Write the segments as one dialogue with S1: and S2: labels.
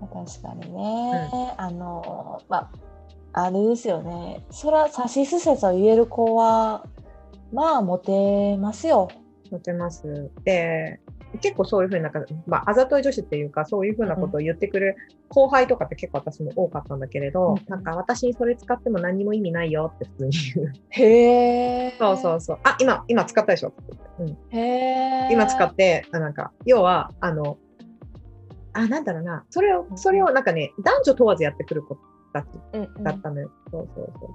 S1: 確かにね、あのまああれですよねそら差しすせそ言える子はまあモテますよ
S2: モテます。で、結構そういうふうになんか、まあ、あざとい女子っていうか、そういうふうなことを言ってくる後輩とかって結構私も多かったんだけれ
S1: う
S2: ど、
S1: ん
S2: なんか私にそれ使っても何にも意味ないよって普通に 言う。
S1: へえ
S2: そうそうそう。あ、今、今使ったでしょ。うん、
S1: へえ
S2: 今使って、あなんか、要は、あの、あ、なんだろうな。それを、それをなんかね、男女問わずやってくる子たち
S1: うんうん
S2: だったのよ。そうそうそう。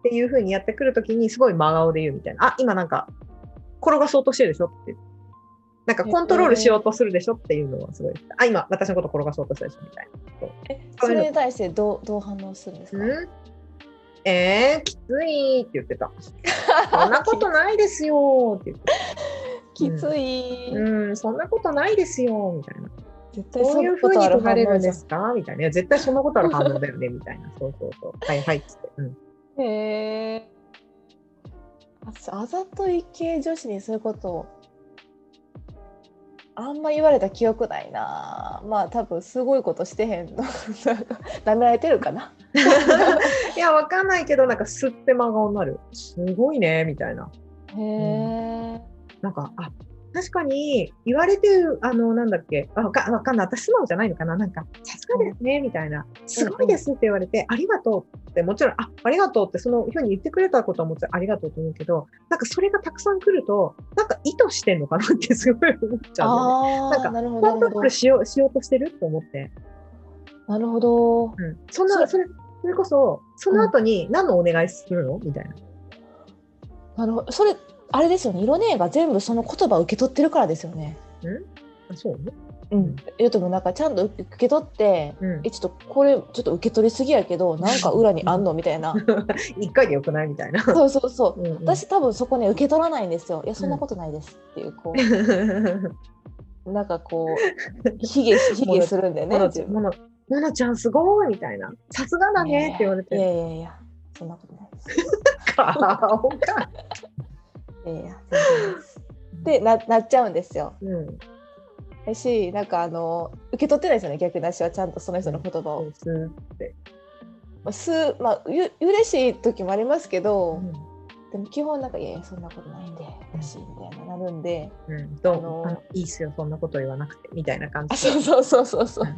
S2: っていうふうにやってくるときに、すごい真顔で言うみたいな。あ、今なんか、転がそうとしてるでしょって。なんかコントロールしようとするでしょっていうのはすごい。あ、今私のこと転がそうとしたでしょみたい
S1: えそれに対してどうどう反応するんですか、
S2: な。うんえー、きついって言ってた。そんなことないですよって 言って。
S1: きつい、
S2: うん、そんなことないですよみたいな。
S1: 絶対
S2: そう
S1: そ
S2: いう
S1: う
S2: ふうに
S1: ことある
S2: 取
S1: 反
S2: ら
S1: 応じ
S2: れ
S1: ゃ
S2: るんですかみたいな。いや、絶対そんなことある反応だよねみたいな。そうそうそう。はいはいっつって。うん。
S1: んへえあそうあざとい系女子にそういうことをあんま言われた記憶ないなまあ多分すごいことしてへんの なめられてるかない
S2: や、わかんないけど、なんか、すって真顔になる。すごいね、みたいな。
S1: へえ
S2: なんか、あ、確かに、言われてる、あの、なんだっけ、あわかわかんない。私素直じゃないのかななんか、さすがですね、みたいな。すごいですって言われて、ありがとうって、もちろん、あ、ありがとうって、そのふうに言ってくれたことはもちろんありがとうと思うけど、なんか、それがたくさん来ると、なんか、意図してんのかなって、すごい思っちゃうんだよ
S1: あ
S2: ね。なん
S1: あ
S2: か
S1: なるほ
S2: コ
S1: どな
S2: ント
S1: る
S2: ロ
S1: ほど
S2: ールしよう、しようとしてると思って。
S1: なるほど
S2: うん。そんな、それ、それこそ、その後に何のお願いするのみたいな。
S1: なるほどそれあれですよね色姉が全部その言葉を受け取ってるからですよね
S2: あそうね。
S1: うんいやでもなんかちゃんと受け取って
S2: うん
S1: えちょっとこれちょっと受け取りすぎやけどなんか裏にあんのみたい な
S2: 一回でよくないみたいな。
S1: そうそうそう
S2: うんうん
S1: 私多分そこね受け取らないんですよ。いやそんなことないですっていうこ うなんかこうひげひげするんでね
S2: モノ
S1: 自分
S2: モノモノちゃんすごいみたいな。さすがだねって言われて
S1: い
S2: る
S1: やいやいやそんなことないです。
S2: か。おか
S1: いやいや全然です。でななっちゃうんですよ。
S2: うん。
S1: だしなんかあの受け取ってないですよね逆に私はちゃんとその人の言葉を。
S2: すうん
S1: まあすまあゆ嬉しい時もありますけど、でも基本なんかいやいやそんなことないんで私みたいななるんで。
S2: うん。どう
S1: あのー
S2: あのいいっすよそんなこと言わなくてみたいな感
S1: あ
S2: じ。
S1: そうそうそうそうそううん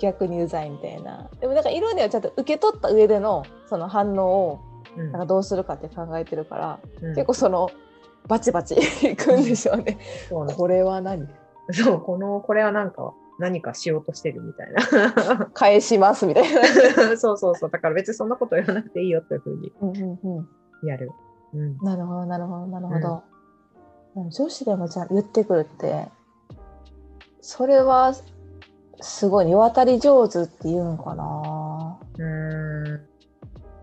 S1: 逆にうざいみたいなでもなんか色ではちゃんと受け取った上でのその反応を
S2: うん
S1: なんかどうするかって考えてるから、
S2: うん
S1: 結構そのバチバチ いくんでしょうね、
S2: そうね
S1: これは何
S2: そうこのこれはなんか何かしようとしてるみたいな。
S1: 返しますみたいな
S2: そうそうそうだから別にそんなこと言わなくていいよっていうふうに
S1: うんうん、うん、
S2: やる。うん。
S1: なるほどなるほどなるほど、でも女子でもじゃあ言ってくるってそれはすごい世渡り上手っていうのかな
S2: うーん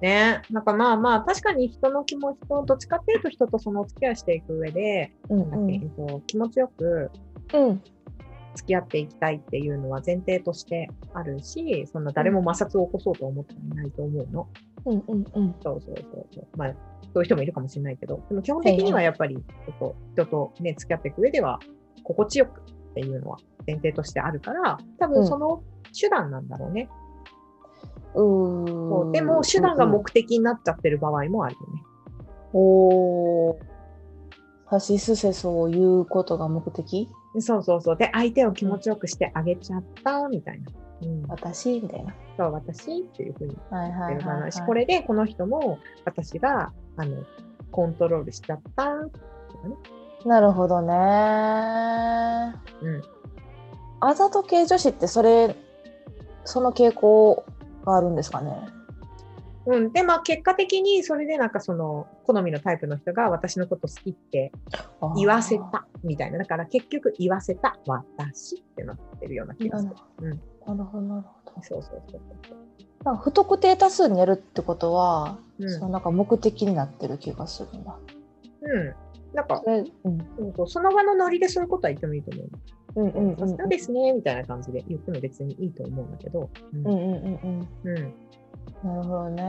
S2: ね、なんかまあまあ確かに人の気持ちとどっちかっていうと人とそのお付き合いしていく上で、
S1: うん
S2: なんだっけえっと気持ちよく
S1: うん
S2: 付き合っていきたいっていうのは前提としてあるしそんな誰も摩擦を起こそうとは思っていないと思うの、
S1: うんうんうん
S2: そうそうそうそうまあそういう人もいるかもしれないけどでも基本的にはやっぱりちょっと人とね付き合っていく上では心地よくっていうのは前提としてあるから多
S1: うん
S2: 分その手段なんだろうね、
S1: う
S2: そ
S1: ー
S2: うんでも手段が目的になっちゃってる場合もあるよね、
S1: おお。さしすせそを言うことが目的
S2: そうそうそう。で、相手を気持ちよくしてあげちゃった、みたいな。うん、
S1: 私みたいな。
S2: そう、私っていうふうに
S1: はいは
S2: 言
S1: い
S2: ってる
S1: はい、はい。
S2: 話。これで、この人も、私が、あの、コントロールしちゃった、とかね。
S1: なるほどね。
S2: うん。
S1: あざと系女子ってそれ、その傾向があるんですかね。
S2: うん。で、まあ、結果的に、それでなんかその、好みのタイプの人が、私のこと好きって言わせた、みたいな。だから、結局、言わせた、私ってなってるような
S1: あ
S2: 気
S1: ー。
S2: がす
S1: な
S2: る
S1: る。ほど
S2: うん
S1: なるほどなるほど
S2: そうそうそうそう。
S1: なんか不特定多数にやるってことは、
S2: うん
S1: そのなんか目的になってる気がするな。
S2: うん。なんか
S1: そ、れうん
S2: そうそうその場のノリでそういうことは言ってもいいと思う。
S1: うんうんうんう
S2: そ
S1: ん
S2: うですね、みたいな感じで言っても別にいいと思うんだけど。うん
S1: うんうんうんうん。
S2: うん
S1: なるほどね。
S2: うん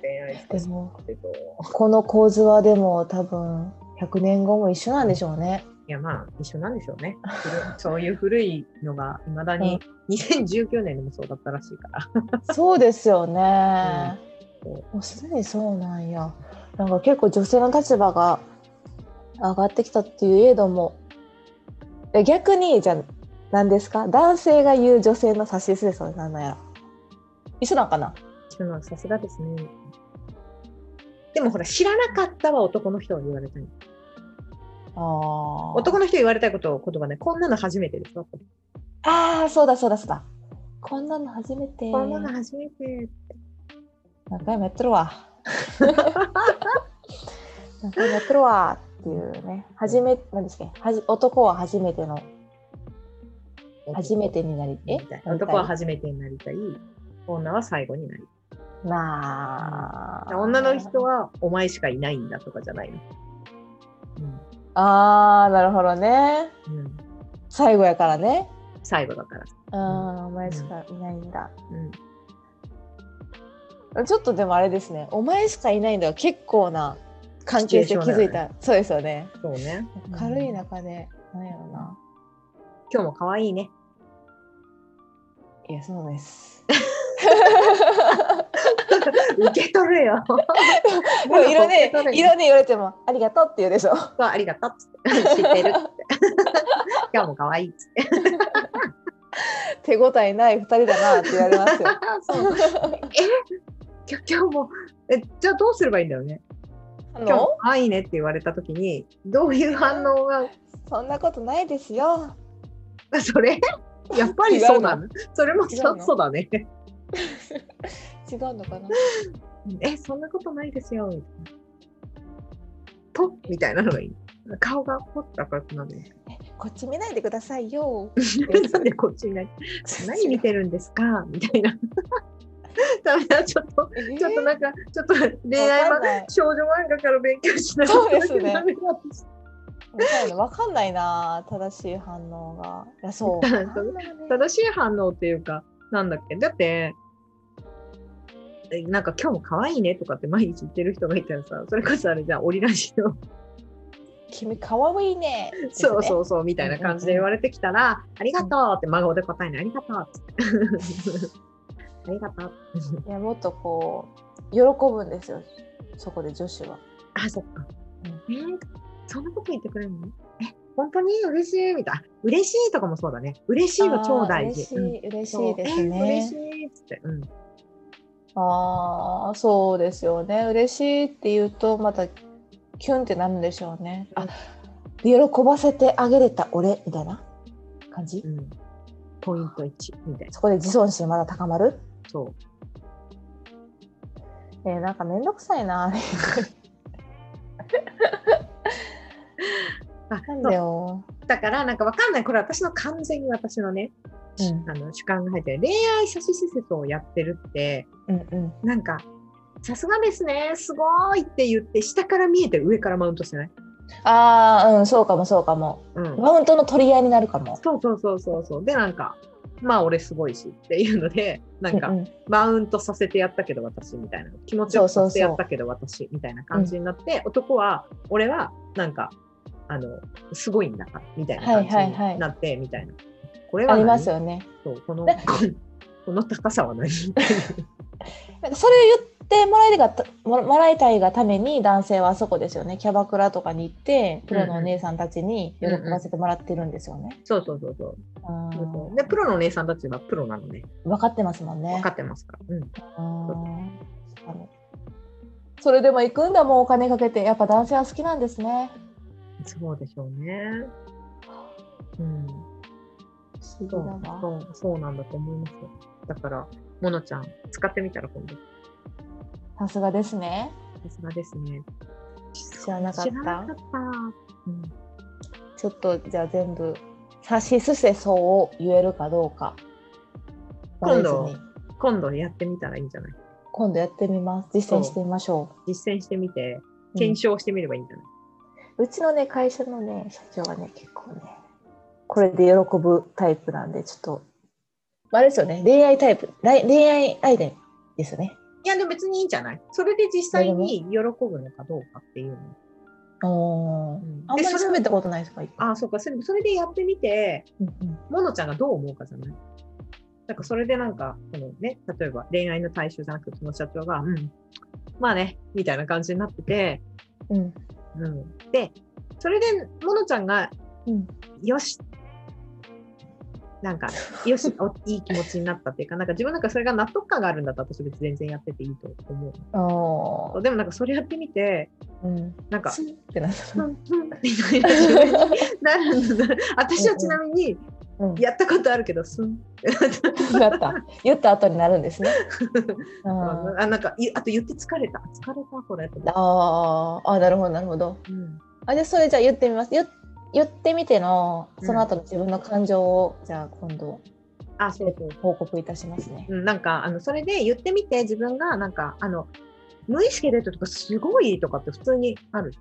S2: 恋愛して
S1: でも
S2: けど、
S1: この構図はでも多分100年後も一緒なんでしょうね。
S2: いやまあ一緒なんでしょ うね。古いそういう古いのがいまだに2019年でもそうだったらしいから。
S1: そうですよね、
S2: うん
S1: もうすでにそうなんやなんか結構女性の立場が上がってきたっていうえどもえ逆にじゃあ何ですか男性が言う女性の差しすれそれなんなんやろ一緒なんかな
S2: 一緒なのさすがですね。でもほら知らなかったは男の人が言われたい。
S1: あー
S2: 男の人言われたいことを言葉ね、こんなの初めてですよ。
S1: あーそうだそうだそうだこんなの初めて
S2: こんなの初めて。
S1: 何回もやってる わ何回もやってるわっていうね初め何ですかはじ男は初めての初めてになりえ
S2: 男は初めてになりたい。女は最後になり
S1: ま
S2: たい。
S1: あ
S2: 女の人はお前しかいないんだとかじゃないの。
S1: ああなるほどね
S2: うん。うん。
S1: 最後やからね
S2: 最後だから。
S1: うんんお前しかいないんだ、
S2: うん。
S1: ちょっとでもあれですねお前しかいないんだが結構な関係性気づいた、そうですよね
S2: そうね。
S1: 軽い
S2: うん。
S1: 中で、なんやろな
S2: 今日も可愛いね。
S1: いやそうです
S2: 受け取れよ。
S1: でも色
S2: 受け
S1: ね
S2: 取れよ
S1: 色ね言われてもありがとうって言うでしょ
S2: そうありがとうっつって。知ってるって。 今日も可愛いっつって。
S1: 手応えない二人だなって言われますよ
S2: そうきょ今日も。え、じゃあどうすればいいんだろうね。
S1: あ
S2: 今日
S1: の
S2: も可愛いねって言われたときに、どういう反応が、
S1: そんなことないですよ
S2: それやっぱりそうなのそれも
S1: 違う
S2: そ
S1: の
S2: そうだね。
S1: 違うのかな
S2: え、そんなことないですよ。みたいなポッみたいなのがいい。顔がポッと赤くなる。
S1: こっち見ないでくださいよ
S2: なんでこっちにない 何見てるんですかみたいな。 ダメだ、ちょっと、
S1: えー
S2: ちょっとなんか、ちょっと恋愛
S1: わかん
S2: 漫
S1: ない
S2: 少女漫画から勉強しながら
S1: そうですね
S2: ダメだって
S1: みたいなわかんないな正しい反応がいやそう
S2: そう 正しい反応っていうか、なんだっけ、だって、えなんか今日も可愛いねとかって毎日言ってる人がいたらさ、それこそあれじゃん、オリラジの、
S1: 君かわいいね
S2: そう
S1: う
S2: そうそうみたいな感じで言われてきたら、ありがとうって真顔で答えない、ありがとうって。 ありがとう。
S1: いやもっとこう喜ぶんですよそこで女子は
S2: あ、そっか。えーそんなこと言ってくれるのえ、本当に嬉しいみたいな。嬉しいとかもそうだね。嬉しいは超大事。
S1: あー
S2: うん
S1: 嬉しい嬉
S2: そう
S1: しいです
S2: えー嬉し
S1: ね
S2: いっつって。うん。
S1: ああそうですよね嬉しいって言うとまたキュンってなるんでしょうねあ喜ばせてあげれた俺みたいな感じ
S2: うん、ポイント1みたいな。
S1: そこで自尊心まだ高まる
S2: そう。
S1: えーなんかめんどくさいな
S2: あ
S1: なん
S2: そ
S1: だ
S2: う
S1: よ
S2: だから、なんかわかんない。これ私の完全に私のね、
S1: うん
S2: あの主観が入ってる。恋愛初心施設をやってるって、
S1: うんうん
S2: なんか、さすがですね、すごいって言って、下から見えて上からマウントしてない
S1: ああうんそうかもそうかも
S2: うん。
S1: マウントの取り合いになるかも。
S2: そうそうそうそうそう。で、なんか、まあ俺すごいしっていうので、なんか
S1: う、ん
S2: マウントさせてやったけど私みたいな気持ちをさせてやったけど私みたいな感じになって男は俺はなんかあのすごいんだからみたいな感じ
S1: はいはいはい
S2: になってみたいな、これ
S1: あ
S2: は
S1: ります
S2: よ
S1: よね。
S2: この
S1: で
S2: この高さは何
S1: なんかそれを言ってもらいたいがもらもらいたいがために男性はあそこですよね。キャバクラとかに行ってプロのお姉さんたちに喜ばせてもらってるんですよね。
S2: そうそうそうそう
S1: うん
S2: でプロのお姉さんたちはプロなので
S1: 分かってますもんね。
S2: 分かってますから、うん、
S1: うんあのそれでも行くんだもんお金かけてやっぱ男性は好きなんですね。
S2: そうでしょうねうん
S1: 不思議
S2: そ
S1: だ
S2: う
S1: わ
S2: そうそうなんだと思いますよだからモノちゃん使ってみたら今度
S1: さすがですね。
S2: さすがですね。知
S1: らなかった
S2: 知らなかった。うん、
S1: ちょっとじゃあ全部差しすせそうを言えるかどうか。バレず
S2: 今
S1: に
S2: 度今度やってみたらいいんじゃない
S1: 今度やってみます実践してみましょ
S2: 実践してみて、
S1: う、
S2: 検証してみればいいんじゃないう
S1: ちのね会社のね社長がね結構ねこれで喜ぶタイプなんでちょっとまああれですよね恋愛タイプ恋恋愛相手ですよね
S2: いや、でも別にいいんじゃないそれで実際に喜ぶのかどうかっていうのを
S1: おー
S2: うん
S1: あんまり
S2: でそれ
S1: 喋ったことないですか。
S2: ああ、そうか。それそれでやってみて、
S1: うんうん
S2: モノちゃんがどう思うかじゃないなんかそれでなんか、そのね、例えば恋愛の対象じゃなくて、その社長が、うん、まあね、みたいな感じになってて、
S1: うん
S2: うん、で、それで、モノちゃんが、
S1: うん
S2: よし、なんか、よし、おいい気持ちになったっていうか、なんか自分なんかそれが納得感があるんだったら、私別に全然やってていいと思
S1: お
S2: う。でもなんかそれやってみて、
S1: ーうん
S2: なんか、
S1: スンってなっ
S2: ふんふんみたいな自分になるんだ。私はちなみに、
S1: た。うん
S2: やったことあるけど、すん
S1: なった。言った後になるん ですね。あー
S2: あなんかいあと言って疲れた疲れたこれとか、
S1: あーあー、なるほど、なるほど。
S2: うん
S1: あ、で、それじゃあ言ってみます。言言ってみての、
S2: うん
S1: その後の自分の感情を、じゃあ今度
S2: あそうそう、
S1: 報告いたしますね。
S2: うん、なんかあのそれで言ってみて自分がなんかあの無意識でとかすごいとかって普通にある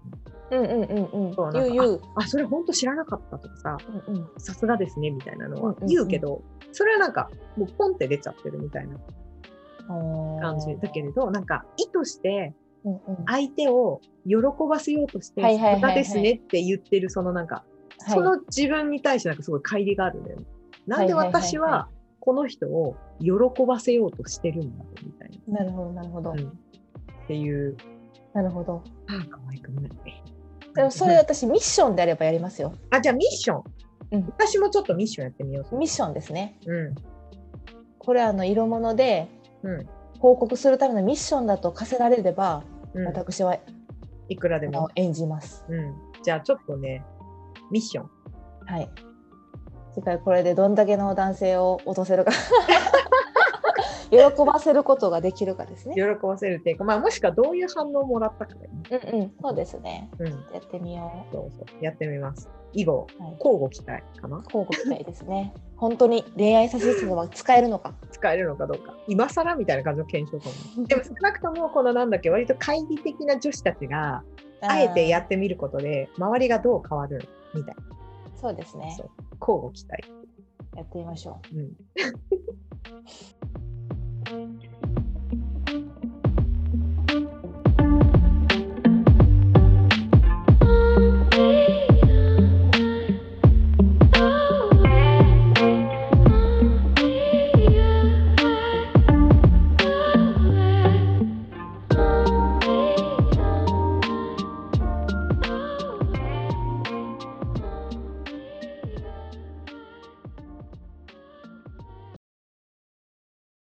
S1: うんうんうんうん。
S2: そうなんか
S1: 言う言う。
S2: あそれ本当知らなかったとかさ
S1: うんうん
S2: さすがですねみたいなの
S1: うん
S2: は
S1: うんうん
S2: 言うけど、それはなんかもうポンって出ちゃってるみたいな感じだけれどなんか意図して
S1: うんうん
S2: 相手を喜ばせようとして
S1: はいはいはいは
S2: さ
S1: い
S2: すがですねって言ってるそのなんか
S1: はい
S2: その自分に対してなんかすごい乖離があるんだよね。なんで
S1: はいはいはいはい
S2: 私はこの人を喜ばせようとしてるんだろうみたい
S1: なるほどなるほど、
S2: な。うんっていう。
S1: なるほど
S2: ああ、かわいくない。
S1: でもそれ私ミッションであればやりますよ
S2: あ、じゃあミッション。
S1: うん
S2: 私もちょっとミッションやってみよう。
S1: ミッションですね
S2: うん。
S1: これあの色物で
S2: うん。
S1: 報告するためのミッションだと課せられれば、
S2: うん、
S1: 私はい
S2: くらで
S1: あの
S2: も。
S1: 演じます
S2: うん。じゃあちょっとね、ミッション。
S1: はい次回これでどんだけの男性を落とせる か喜ばせることができるかです
S2: 喜
S1: ね
S2: ばせるっていうか、まあもしくはどういう反応をもらったかだよね。
S1: うんうんそうですね
S2: うん。
S1: やってみよ
S2: そうそう。やってみます。以後、
S1: う、はい、
S2: 交互期待かな。
S1: 交互期待ですね本当に恋愛させては使えるのか
S2: 使えるのかどうか。今更みたいな感じの検証かも。でも少なくともこのなんだっけ割と懐疑的な女子たちがあえてやってみることで周りがどう変わるみたいな
S1: そうですね
S2: そう交互期待。
S1: やってみましょう
S2: うん